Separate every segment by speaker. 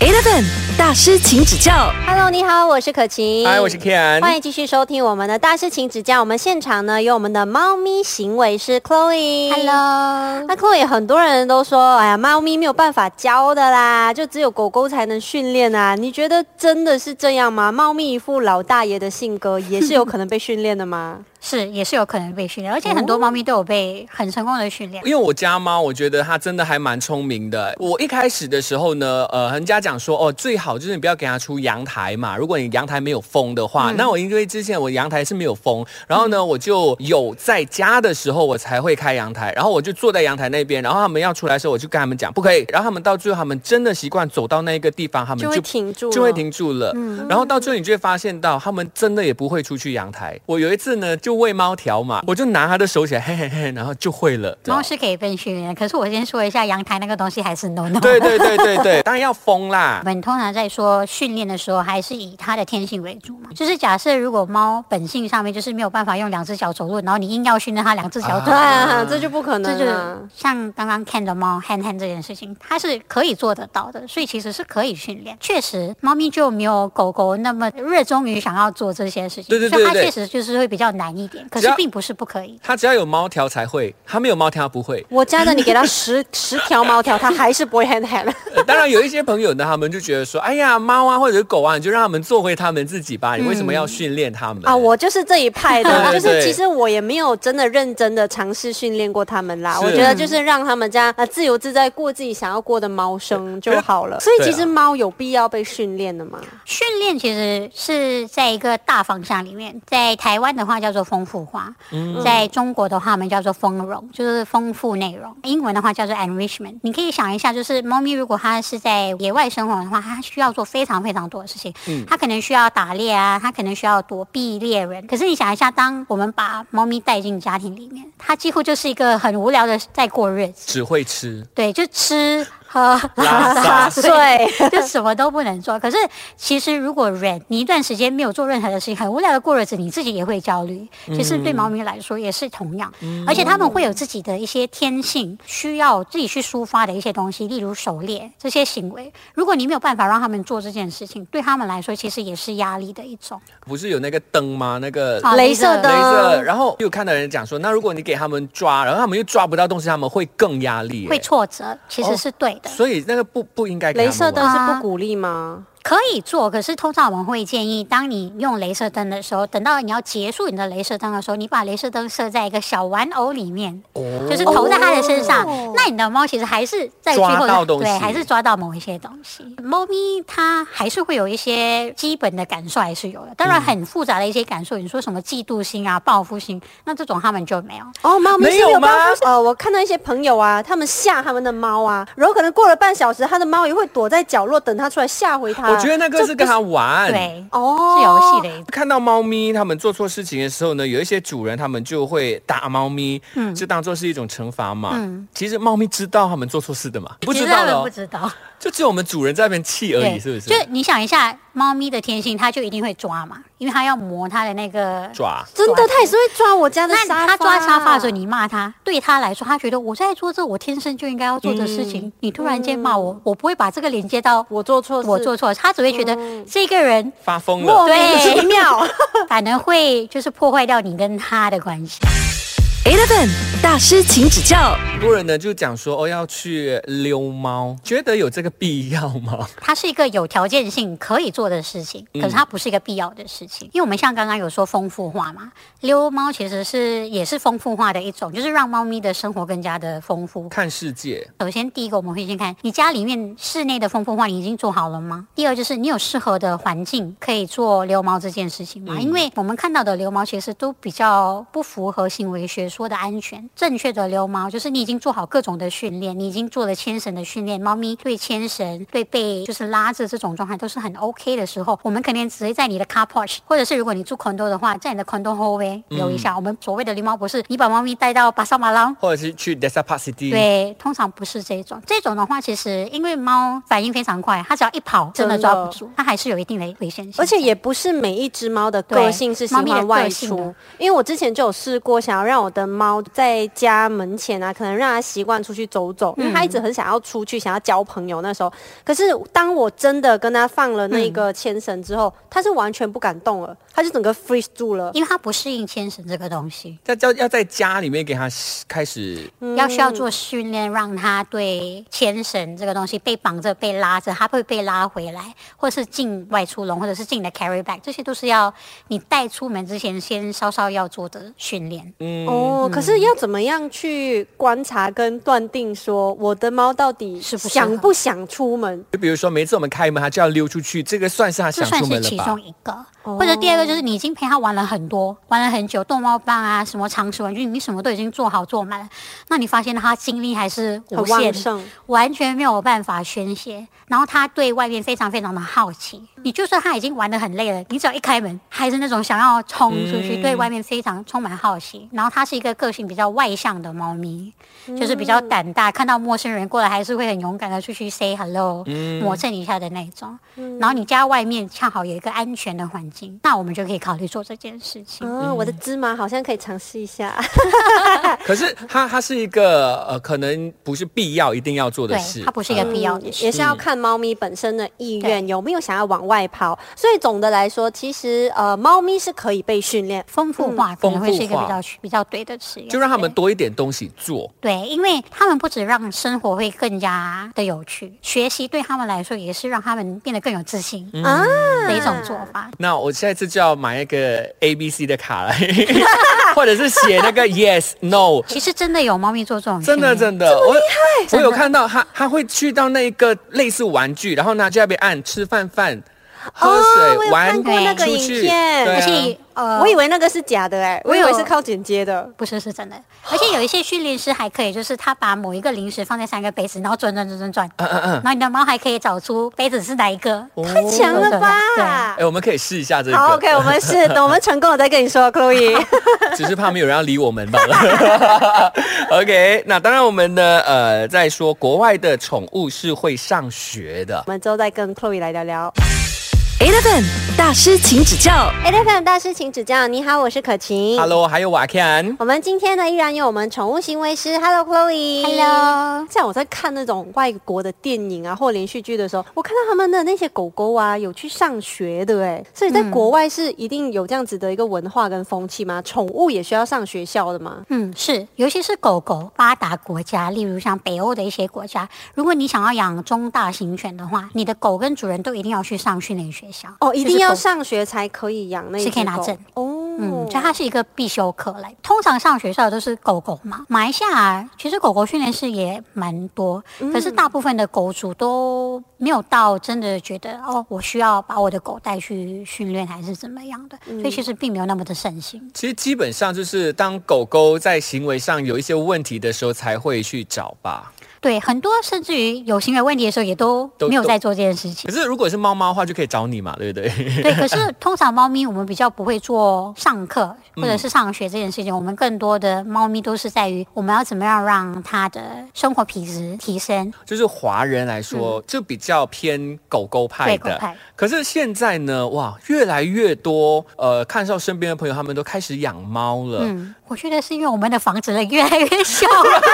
Speaker 1: Eleven 大师，请指教。
Speaker 2: Hello，你好，我是可晴。
Speaker 3: 嗨，我是 Kian。
Speaker 2: 欢迎继续收听我们的大师请指教。我们现场呢有我们的猫咪行为师 Chloe。
Speaker 4: Hello，
Speaker 2: 那 Chloe 很多人都说，哎呀，猫咪没有办法教的啦，就只有狗狗才能训练啊。你觉得真的是这样吗？猫咪一副老大爷的性格，也是有可能被训练的 吗？
Speaker 4: 是也是有可能被训练，而且很多猫咪都有被很成功的训练。
Speaker 3: 因为我家猫，我觉得它真的还蛮聪明的。我一开始的时候呢，呃，人家讲说，哦，最好就是你不要给它出阳台嘛。如果你阳台没有风的
Speaker 2: 嗯
Speaker 3: 话，那我因为之前我阳台是没有风，然后呢，我就有在家的时候我才会开阳台，然后我就坐在阳台那边，然后他们要出来的时候，我就跟他们讲不可以，然后他们到最后他们真的习惯走到那个地方，他们
Speaker 2: 就
Speaker 3: 就
Speaker 2: 会停住，啊嗯
Speaker 3: 就会。停住了。然后到最后你就会发现到，他们真的也不会出去阳台。我有一次呢，就喂猫条嘛，我就拿它的手起来，嘿嘿嘿，然后就会了。
Speaker 4: 猫是可以被训练，可是我先说一下，阳台那个东西还是 no no。
Speaker 3: 对对对对 对，当然要疯啦
Speaker 4: 我。们通常在说训练的时候，还是以它的天性为主嘛。就是假设如果猫本性上面就是没有办法用两只脚走路，然后你硬要训练它两只脚走
Speaker 2: 对
Speaker 4: 路，
Speaker 2: 啊， 这就不可能啊
Speaker 4: 这就
Speaker 2: 了。
Speaker 4: 像刚刚 Ken 的猫 Han Han 这件事情，它是可以做得到的，所以其实是可以训练。确实，猫咪就没有狗狗那么热衷于想要做这些事情，
Speaker 3: 对对对
Speaker 4: 所以它
Speaker 3: 对
Speaker 4: 确实就是会比较难一点。可
Speaker 3: 只
Speaker 4: 是
Speaker 3: 要
Speaker 4: 并不是不可以。
Speaker 3: 它只要有猫条才会，它没有猫条不会。
Speaker 2: 我家的你给它十十条猫条，它还是不会 hand hand。
Speaker 3: 呃当然有一些朋友呢，他们就觉得说，哎呀，猫啊或者是狗啊，你就让他们做回他们自己吧，你为什么要训练他们
Speaker 2: 嗯啊，我就是这一派的，
Speaker 3: 对对
Speaker 2: 就是
Speaker 3: 对
Speaker 2: 其实我也没有真的认真的尝试训练过他们啦。
Speaker 3: 是
Speaker 2: 我觉得就是让他们这样啊、呃自由自在过自己想要过的猫生就好了。所以其实
Speaker 3: 对啊
Speaker 2: 猫有必要被训练的吗？
Speaker 4: 训练其实是在一个大方向里面，在台湾的话叫做丰富化，
Speaker 3: 嗯
Speaker 4: 在中国的话我们叫做丰容，就是丰富内容。英文的话叫做 enrichment。你可以想一下，就是猫咪如果它是在野外生活的话，它需要做非常非常多的事情，
Speaker 3: 嗯
Speaker 4: 它可能需要打猎啊，它可能需要躲避猎人。可是你想一下，当我们把猫咪带进家庭里面，它几乎就是一个很无聊的在过日子，
Speaker 3: 只会吃？
Speaker 4: 对，就吃喝
Speaker 3: 拉撒
Speaker 2: 睡
Speaker 4: 就什么都不能做。可是其实如果忍你一段时间没有做任何的事情，很无聊的过日子，你自己也会焦虑。其实对猫咪来说也是同样，而且它们会有自己的一些天性，需要自己去抒发的一些东西，例如狩猎这些行为。如果你没有办法让它们做这件事情，对它们来说其实也是压力的一种。
Speaker 3: 不是有那个灯吗？那个
Speaker 4: 啊
Speaker 2: 镭射
Speaker 3: 雷射，
Speaker 2: 灯。
Speaker 3: 然后又看到人讲说，那如果你给他们抓，然后他们又抓不到东西，他们会更压力耶，
Speaker 4: 会挫折，其
Speaker 3: 哦
Speaker 4: 实是对的。
Speaker 3: 所以那个不不应该给他
Speaker 2: 镭
Speaker 3: 们
Speaker 2: 射灯
Speaker 3: 玩
Speaker 2: 是
Speaker 4: 啊
Speaker 2: 不鼓励吗？
Speaker 4: 可以做，可是通常我们会建议，当你用镭射灯的时候，等到你要结束你的镭射灯的时候，你把镭射灯设在一个小玩偶里面，
Speaker 3: 哦
Speaker 4: 就是投在它的身上。那你的猫其实还是在最后
Speaker 3: 抓到东西
Speaker 4: 对，还是抓到某一些东西。猫咪它还是会有一些基本的感受，还是有的。当然，很复杂的一些感受，你说什么嫉妒心啊、报复心，那这种它们就没有。
Speaker 2: 哦，猫咪
Speaker 3: 没
Speaker 2: 是
Speaker 3: 有
Speaker 2: 有办
Speaker 3: 吗
Speaker 2: 法。呃，我看到一些朋友啊，他们吓他们的猫啊，然后可能过了半小时，他的猫也会躲在角落等它出来吓回它。
Speaker 3: 我觉得那个
Speaker 2: 这
Speaker 3: 是跟他玩。。
Speaker 4: 对，
Speaker 2: 哦
Speaker 4: 是游戏的一种。
Speaker 3: 看到猫咪它们做错事情的时候呢，有一些主人他们就会打猫咪，嗯，就当做是一种惩罚嘛。嗯，其实猫咪知道它们做错事的嘛，不
Speaker 4: 其
Speaker 3: 知
Speaker 4: 实它
Speaker 3: 道的
Speaker 4: 们
Speaker 3: 哦、
Speaker 4: 不知道。
Speaker 3: 就只有我们主人在那边气而
Speaker 4: 对，
Speaker 3: 已，是不是？
Speaker 4: 就你想一下，猫咪的天性，它就一定会抓嘛，因为它要磨它的那个。
Speaker 3: 抓。
Speaker 2: 真的，它也是会抓我家的
Speaker 4: 那
Speaker 2: 沙发。啊
Speaker 4: 它抓沙发的时候，你骂它，对它来说，它觉得我在做这我天生就应该要做的事情。你突然间骂我，我不会把这个连接到
Speaker 2: 嗯我做错事，嗯
Speaker 4: 我做错，它只会觉得这个人
Speaker 3: 发疯
Speaker 2: 莫名
Speaker 3: 了，
Speaker 4: 对
Speaker 2: 其妙。
Speaker 4: 反而会就是破坏掉你跟它的关系。
Speaker 1: Eleven 大师，请指教。
Speaker 3: 很多人呢就讲说哦要去溜猫，觉得有这个必要吗？
Speaker 4: 它是一个有条件性可以做的事情，可是它不是一个必要的事情。因为我们像刚刚有说丰富化嘛，溜猫其实是也是丰富化的一种，就是让猫咪的生活更加的丰富。
Speaker 3: 看世界，
Speaker 4: 首先，第一个我们会先看你家里面室内的风风化，你已经做好了吗？第二就是你有适合的环境可以做流毛这件事情吗？因为我们看到的流毛其实都比较不符合行为学说的安全。正确的流毛就是你已经做好各种的训练，你已经做了牵绳的训练，猫咪对牵绳、对被就是拉着这种状态都是很 OK 的时候，我们可能只会在你的 car porch，或者是如果你住 condo 的话，在你的 condo hallway 留一下。我们所谓的流毛不是你把猫咪带到巴萨马朗。
Speaker 3: 或者是去 d e s a p a c i t y，
Speaker 4: 对，通常不是这种。这种的话，其实因为猫反应非常快，它只要一跑，真的
Speaker 2: 真的
Speaker 4: 抓不住，它还是有一定的危险性。
Speaker 2: 而且也不是每一只猫的个性是喜
Speaker 4: 对猫咪
Speaker 2: 欢
Speaker 4: 的
Speaker 2: 外
Speaker 4: 个性
Speaker 2: 出
Speaker 4: 呢，
Speaker 2: 因为我之前就有试过，想要让我的的猫在家门前啊，可能让它习惯出去走走，
Speaker 4: 嗯
Speaker 2: 因为它一直很想要出去，想要交朋友。那时候，可是当我真的跟它放了那
Speaker 4: 嗯
Speaker 2: 个牵绳之后，它是完全不敢动了，它就整个 freeze 住了。
Speaker 4: 因为它不适应牵绳这个东西，
Speaker 3: 要要要在家里面给他开始
Speaker 2: 嗯
Speaker 4: 要需要做训练，让它对牵绳这个东西被绑着、被拉着，它会被拉回来，或是进外出笼，或者是进你的 carry bag，这些都是要你带出门之前先稍稍要做的训练。
Speaker 2: 哦，可是要怎么样去观察跟断定说我的猫到底
Speaker 4: 适不适合
Speaker 2: 想不想出门？
Speaker 3: 就比如说，每次我们开门，它就要溜出去，这个算是它
Speaker 4: 这
Speaker 3: 想
Speaker 4: 算
Speaker 3: 出
Speaker 4: 是
Speaker 3: 门
Speaker 4: 其
Speaker 3: 了吧
Speaker 4: 中？一个，或者第二个就是你已经陪他玩了很多，玩了很久，逗猫棒啊，什么常识玩具，你什么都已经做好做满了，那你发现他精力还是无
Speaker 2: 很旺
Speaker 4: 限，
Speaker 2: 盛
Speaker 4: 完全没有办法宣泄，然后他对外面非常非常的好奇。你就算他已经玩得很累了，你只要一开门，还是那种想要冲出去，
Speaker 3: 嗯
Speaker 4: 对外面非常充满好奇。然后它是一个个性比较外向的猫咪，就是比较胆大，看到陌生人过来还是会很勇敢的出去 say hello，、磨
Speaker 3: 嗯
Speaker 4: 蹭一下的那种。然后你家外面恰好有一个安全的环境，那我们就可以考虑做这件事情。
Speaker 2: 嗯、我的芝麻好像可以尝试一下。
Speaker 3: 可是它它是一个呃，可能不是必要一定要做的
Speaker 4: 对
Speaker 3: 事，，
Speaker 4: 它不是一个必要的
Speaker 2: 嗯
Speaker 4: 事。
Speaker 2: 也是要看猫咪本身的意愿有没有想要往外跑。所以总的来说，其实呃，猫咪是可以被训练。
Speaker 4: 丰富化可能会是一个
Speaker 3: 丰富
Speaker 4: 比
Speaker 3: 化
Speaker 4: 较比较对的词眼，
Speaker 3: 就让他们
Speaker 4: 对
Speaker 3: 多一点东西做。
Speaker 4: 对，因为他们不止让生活会更加的有趣，学习对他们来说也是让他们变得更有自信
Speaker 3: 嗯
Speaker 2: 啊
Speaker 4: 的一种做法。
Speaker 3: 那我下一次就要买一个 A B C 的卡 来，或者是写那个 Yes No。
Speaker 4: 其实真的有猫咪做这种训
Speaker 3: 真的
Speaker 4: 练，
Speaker 3: 真的，我我有看到他，他会去到那一个类似玩具，然后呢就在那边按吃饭饭、喝
Speaker 4: 哦
Speaker 3: 水、
Speaker 2: 我有
Speaker 3: 玩
Speaker 2: 看过那个
Speaker 3: 出
Speaker 2: 影
Speaker 3: 去，
Speaker 2: 片
Speaker 3: 对啊
Speaker 4: 而且呃，
Speaker 2: 嗯我以为那个是假的哎、我以为
Speaker 4: 哦
Speaker 2: 是靠剪接的。
Speaker 4: 不是是真的，而且有一些训练师还可以，就是他把某一个零食放在三个杯子，然后转转转转转，然后你的猫还可以找出杯子是哪一个。
Speaker 2: 太强了
Speaker 3: 哎、
Speaker 2: 吧！
Speaker 3: 我们可以试一下这个，
Speaker 2: 好，OK，我们是等我们成功了再跟你说，Chloe。
Speaker 3: 只是怕没有人要理我们吧。OK，那当然我们呢，呃，在说国外的宠物是会上学的
Speaker 2: 我。们之后再跟 Chloe 来聊聊。
Speaker 1: Eleven 大师，请指教。
Speaker 2: A F M 大师请指教，你好，我是可晴。
Speaker 3: Hello，还有瓦 Ken，
Speaker 2: 我们今天呢，依然有我们宠物行为师，Hello Chloe。
Speaker 4: Hello，
Speaker 2: 像我在看那种外国的电影啊或连续剧的时候，我看到他们的那些狗狗啊有去上学的哎，所以在国外是一定有这样子的一个文化跟风气吗？宠物也需要上学校的吗？
Speaker 4: 嗯，是，尤其是狗狗，发达国家，例如像北欧的一些国家，如果你想要养中大型犬的话，你的狗跟主人都一定要去上训练学校。
Speaker 2: 哦，一
Speaker 4: 就是
Speaker 2: 定要
Speaker 4: 狗
Speaker 2: 上学才可以养那一只
Speaker 4: 是可以拿
Speaker 2: 狗
Speaker 4: 证
Speaker 2: 哦，
Speaker 4: 嗯，所以它是一个必修课来。通常上学校都是狗狗嘛，马来西亚其实狗狗训练室也蛮多，可是大部分的狗主都没有到真的觉得哦，我需要把我的狗带去训练还是怎么样的，所以其实并没有那么的盛行。
Speaker 3: 其实基本上就是当狗狗在行为上有一些问题的时候才会去找吧。
Speaker 4: 对，很多甚至于有行为问题的时候，也都
Speaker 3: 都
Speaker 4: 没有
Speaker 3: 都
Speaker 4: 在做这件事情
Speaker 3: 可。是如果是猫猫的话，就可以找你嘛，对不对？
Speaker 4: 对，可是通常猫咪我们比较不会做上课或者是上学这件事情，我们更多的猫咪都是在于我们要怎么样让它的生活品质提升。
Speaker 3: 就是华人来说，就比较偏狗狗派
Speaker 4: 嗯对
Speaker 3: 的。
Speaker 4: 狗派
Speaker 3: 可是现在呢，哇，越来越多呃，看到身边的朋友，他们都开始养猫了。
Speaker 4: 嗯，我觉得是因为我们的房子越来越小，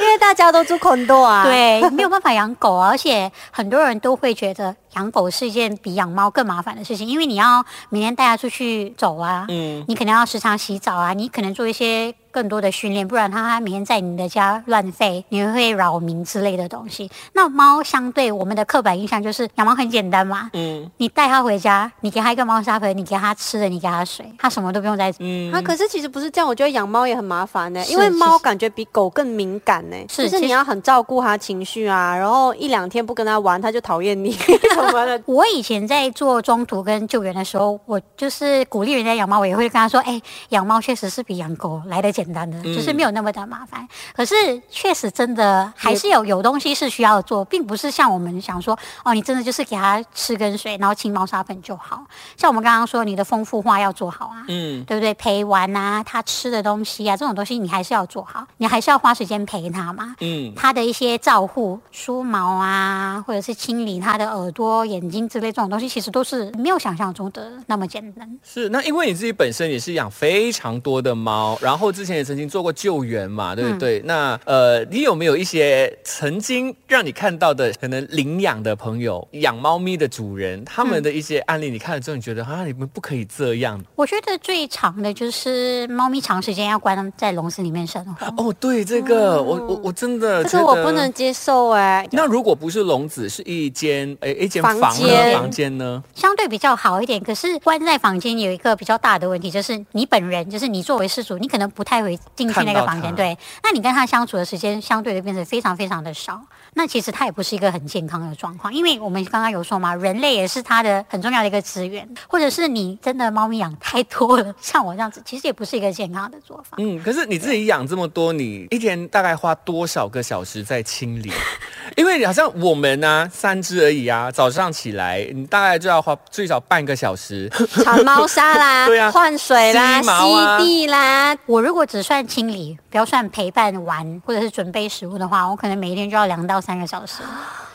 Speaker 2: 因为大家都住 condo 啊，，
Speaker 4: 对， 没有办法养狗啊，而且很多人都会觉得养狗是一件比养猫更麻烦的事情，因为你要每天带它出去走啊，
Speaker 3: 嗯
Speaker 4: 你可能要时常洗澡啊，你可能做一些更多的训练，不然它每天在你的家乱吠，你会扰民之类的东西。那猫相对我们的刻板印象就是养猫很简单嘛，
Speaker 3: 嗯
Speaker 4: 你带它回家，你给它一个猫砂盆，你给它吃的，你给它水，它什么都不用再
Speaker 3: 嗯，
Speaker 2: 啊，可是其实不是这样，我觉得养猫也很麻烦呢、
Speaker 4: 是
Speaker 2: 因为猫
Speaker 4: 是是
Speaker 2: 感觉比狗更敏感呢、
Speaker 4: 是
Speaker 2: 就是
Speaker 4: 其
Speaker 2: 你
Speaker 4: 实
Speaker 2: 要很照顾它情绪啊，然后一两天不跟它玩，它就讨厌你 什么的。
Speaker 4: 我以前在做中途跟救援的时候，我就是鼓励人家养猫，我也会跟他说，哎、养猫确实是比养狗来的简单的，就是没有那么的麻烦。可是确实真的还是有有东西是需要做，并不是像我们想说，哦，你真的就是给它吃跟水，然后清猫砂盆就好。像我们刚刚说，你的丰富化要做好啊。
Speaker 3: 嗯，
Speaker 4: 对不对？陪玩啊，它吃的东西啊，这种东西你还是要做好，你还是要花时间陪它嘛。
Speaker 3: 嗯
Speaker 4: 它的一些照护、梳毛啊，或者是清理它的耳朵、眼睛之类这种东西，其实都是没有想象中的那么简单。
Speaker 3: 是。那因为你自己本身也是养非常多的猫，然后之前也曾经做过救援嘛，
Speaker 2: 嗯
Speaker 3: 对不对？那呃，你有没有一些曾经让你看到的可能领养的朋友、养猫咪的主人他们的一些案例？你看了之后，你觉得啊，你们不可以这样
Speaker 4: 我觉得最长的就是猫咪长时间要关在笼子里面生活。
Speaker 3: 哦。对这个，我我 我真的
Speaker 2: 这
Speaker 3: 觉
Speaker 2: 个
Speaker 3: 得
Speaker 2: 哦我不能。接受哎、
Speaker 3: 那如果不是笼子，是一间诶一间
Speaker 2: 房
Speaker 3: 房呢？
Speaker 2: 间
Speaker 3: 房间呢？
Speaker 4: 相对比较好一点，可是关在房间有一个比较大的问题，就是你本人，就是你作为失主，你可能不太会进去那
Speaker 3: 看到
Speaker 4: 个房间，
Speaker 3: 它
Speaker 4: 对，那你跟他相处的时间相对的变得非常非常的少。那其实它也不是一个很健康的状况，因为我们刚刚有说嘛，人类也是它的很重要的一个资源，或者是你真的猫咪养太多了，像我这样子，其实也不是一个健康的做法。
Speaker 3: 嗯，可是你自己
Speaker 2: 啊
Speaker 3: 养这么多，你一天大概花多少个小时在清理？ 因为好像我们呢、三只而已啊，早上起来你大概就要花最少半个小时。
Speaker 2: 铲猫砂啦，
Speaker 3: 对啊
Speaker 2: 换水啦，
Speaker 3: 吸毛啊
Speaker 2: 吸地啦，
Speaker 4: 我如果只算清理，不要算陪伴玩或者是准备食物的话，我可能每一天就要两到三个小时。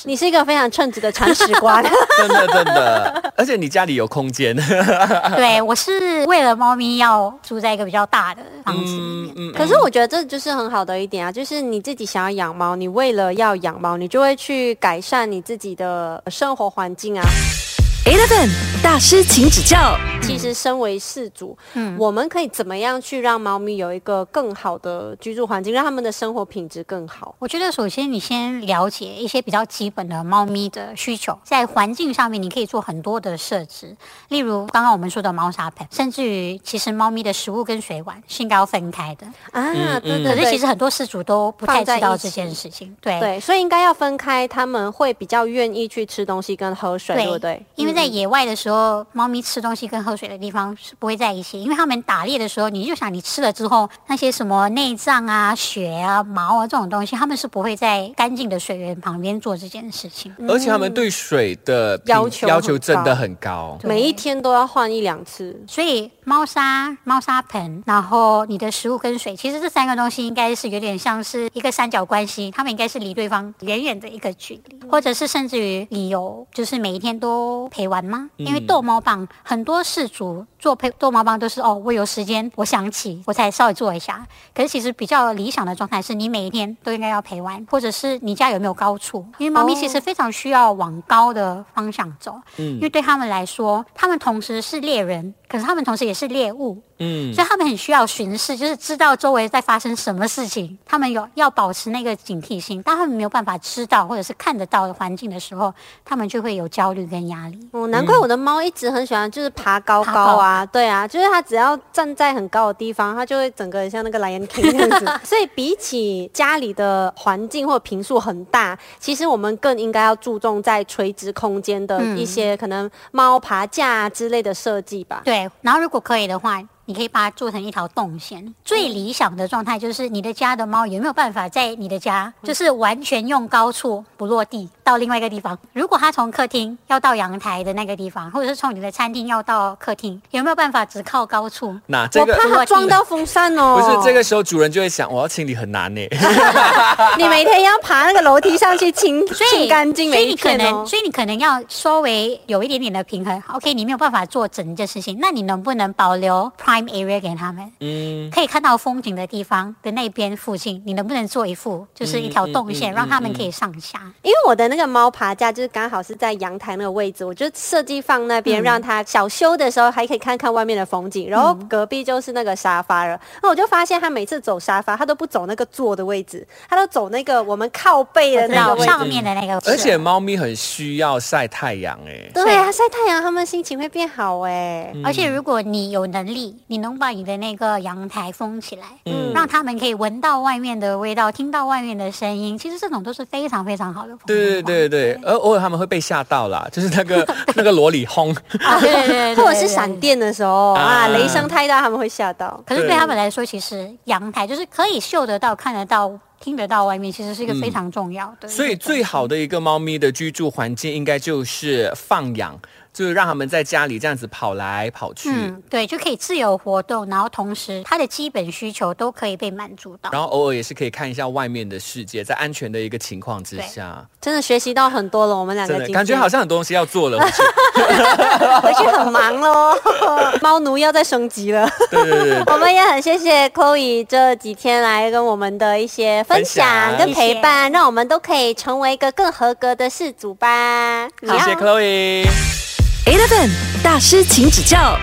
Speaker 2: 你是一个非常称职的铲屎 官。
Speaker 3: 真的真的，而且你家里有空间。
Speaker 2: 嗯
Speaker 4: 对，我是为了猫咪要住在一个比较大的房子里面。
Speaker 3: 嗯，
Speaker 2: 可是我觉得这就是很好的一点啊，就是你自己想要养猫，你为了要养猫，你就会去改善你自己的生活环境啊。
Speaker 1: Eleven 大师，请指教。
Speaker 2: 其实，身为饲主，我们可以怎么样去让猫咪有一个更好的居住环境，让它们的生活品质更好？
Speaker 4: 我觉得首先你先了解一些比较基本的猫咪的需求，在环境上面你可以做很多的设置，例如刚刚我们说的猫砂盆，甚至于其实猫咪的食物跟水碗是应该要分开的。
Speaker 2: 啊，对
Speaker 4: 可
Speaker 2: 对
Speaker 4: 是其
Speaker 2: 对
Speaker 4: 实。很哎多饲主都不太
Speaker 2: 放在
Speaker 4: 知道
Speaker 2: 一起
Speaker 4: 这件事情，对。
Speaker 2: 对，所以应该要分开，它们会比较愿意去吃东西跟喝水，对不对？嗯
Speaker 4: 因为在野外的时候，猫咪吃东西跟喝水的地方是不会在一起，因为它们打猎的时候，你就想你吃了之后，那些什么内脏啊、血啊、毛啊这种东西，它们是不会在干净的水源旁边做这件事情。
Speaker 3: 而且他们对水的品
Speaker 2: 要求
Speaker 3: 要求
Speaker 2: 很
Speaker 3: 真的
Speaker 2: 高
Speaker 3: 很高。
Speaker 2: 每一天都要换一两次。
Speaker 4: 所以猫砂、猫砂盆，然后你的食物跟水，其实这三个东西应该是有点像是一个三角关系，它们应该是离对方远远的一个距离，或者是甚至于你有就是每一天都陪玩吗？因为逗猫棒很多事主做陪逗猫棒都是哦，我有时间，我想起我才稍微做一下。可是其实比较理想的状态是你每一天都应该要陪玩，或者是你家有没有高处？因为猫咪
Speaker 2: 哦
Speaker 4: 其实非常需要往高的方向走，
Speaker 3: 嗯
Speaker 4: 因为对他们来说，他们同时是猎人，可是他们同时也是猎物，
Speaker 3: 嗯
Speaker 4: 所以他们很需要巡视，就是知道周围在发生什么事情。他们有要保持那个警惕性，当他们没有办法知道或者是看得到的环境的时候，他们就会有焦虑跟压力。
Speaker 2: 哦，难怪我的猫一直很喜欢，就是爬高高啊，对啊，就是它只要站在很高的地方，它就会整个人像那个 Lion King 那样子。所以比起家里的环境或平数很大，其实我们更应该要注重在垂直空间的一
Speaker 4: 嗯
Speaker 2: 些、可能猫爬架啊之类的设计吧。
Speaker 4: 对，然后如果可以的话，你可以把它做成一条动线。
Speaker 2: 嗯
Speaker 4: 最理想的状态就是你的家的猫有没有办法在你的家，
Speaker 2: 嗯
Speaker 4: 就是完全用高处不落地到另外一个地方？如果它从客厅要到阳台的那个地方，或者是从你的餐厅要到客厅，有没有办法只靠高处？
Speaker 3: 那这
Speaker 2: 我
Speaker 3: 个
Speaker 2: 怕它撞到风扇哦。
Speaker 3: 不是 这个时候主人就会想，我要清理很难呢。欸
Speaker 2: 个， 你每天要爬那个楼梯上去清
Speaker 4: 所以
Speaker 2: 清干净
Speaker 4: 所
Speaker 2: 每
Speaker 4: 以你
Speaker 2: 一
Speaker 4: 可
Speaker 2: 片
Speaker 4: 能，
Speaker 2: 哦。
Speaker 4: 所以你可能要稍微有一点点的平衡。OK，你没有办法做整件事情，那你能不能保留 prime area 给他们？
Speaker 3: 嗯，
Speaker 4: 可以看到风景的地方的那边附近，你能不能做一副就是一条动
Speaker 3: 嗯
Speaker 4: 线，
Speaker 3: 嗯嗯
Speaker 4: 让他们可以上下？
Speaker 2: 因为我的那个猫爬架就是刚好是在阳台那个位置，我就设计放那边，让它小休的时候还可以看看外面的风景。然后隔壁就是那个沙发了，那我就发现它每次走沙发，它都不走那个坐的位置，它都走那个我们靠背
Speaker 3: 嗯
Speaker 2: 的那个
Speaker 4: 我知道
Speaker 2: 位置。
Speaker 4: 上面的那个，
Speaker 2: 啊
Speaker 3: 而且猫咪很需要晒太阳哎、
Speaker 2: 对啊，晒太阳，它们心情会变好哎、
Speaker 3: 嗯
Speaker 4: 而且如果你有能力，你能把你的那个阳台封起来，
Speaker 2: 嗯
Speaker 4: 让他们可以闻到外面的味道，听到外面的声音，其实这种都是非常非常好的。
Speaker 3: 对对对对， 而偶尔他们会被吓到啦，就是那个 那个萝莉轰，
Speaker 4: 啊，对 对对，对
Speaker 2: 或者是闪。电的时候
Speaker 3: 啊
Speaker 2: 啊，雷声太大，它们会吓到。
Speaker 4: 可是对他们来说，其实阳台就是可以嗅得到、看得到、听得到外面，其实
Speaker 3: 嗯
Speaker 4: 是一个非常重要的。
Speaker 3: 所以最好的一个猫咪的居住环境应该就是放养。就是让他们在家里这样子跑来跑去。
Speaker 4: 嗯，对，就可以自由活动，然后同时它的基本需求都可以被满足到。
Speaker 3: 然后偶尔也是可以看一下外面的世界，在安全的一个情况之下，
Speaker 2: 真的学习到很多了，我们两个
Speaker 3: 真的
Speaker 2: 今
Speaker 3: 感觉
Speaker 2: 天
Speaker 3: 好像很多东西要做了。我觉得
Speaker 2: 回去很忙 喽，猫奴要再升级了。
Speaker 3: 对对对对
Speaker 2: 我们也很谢谢 Chloe 这几天来跟我们的一些分享
Speaker 3: 分享
Speaker 2: 跟陪伴，让我们都可以成为一个更合格的士族吧。
Speaker 3: 对，谢谢 Chloe。
Speaker 1: Eleven 大师，请指教。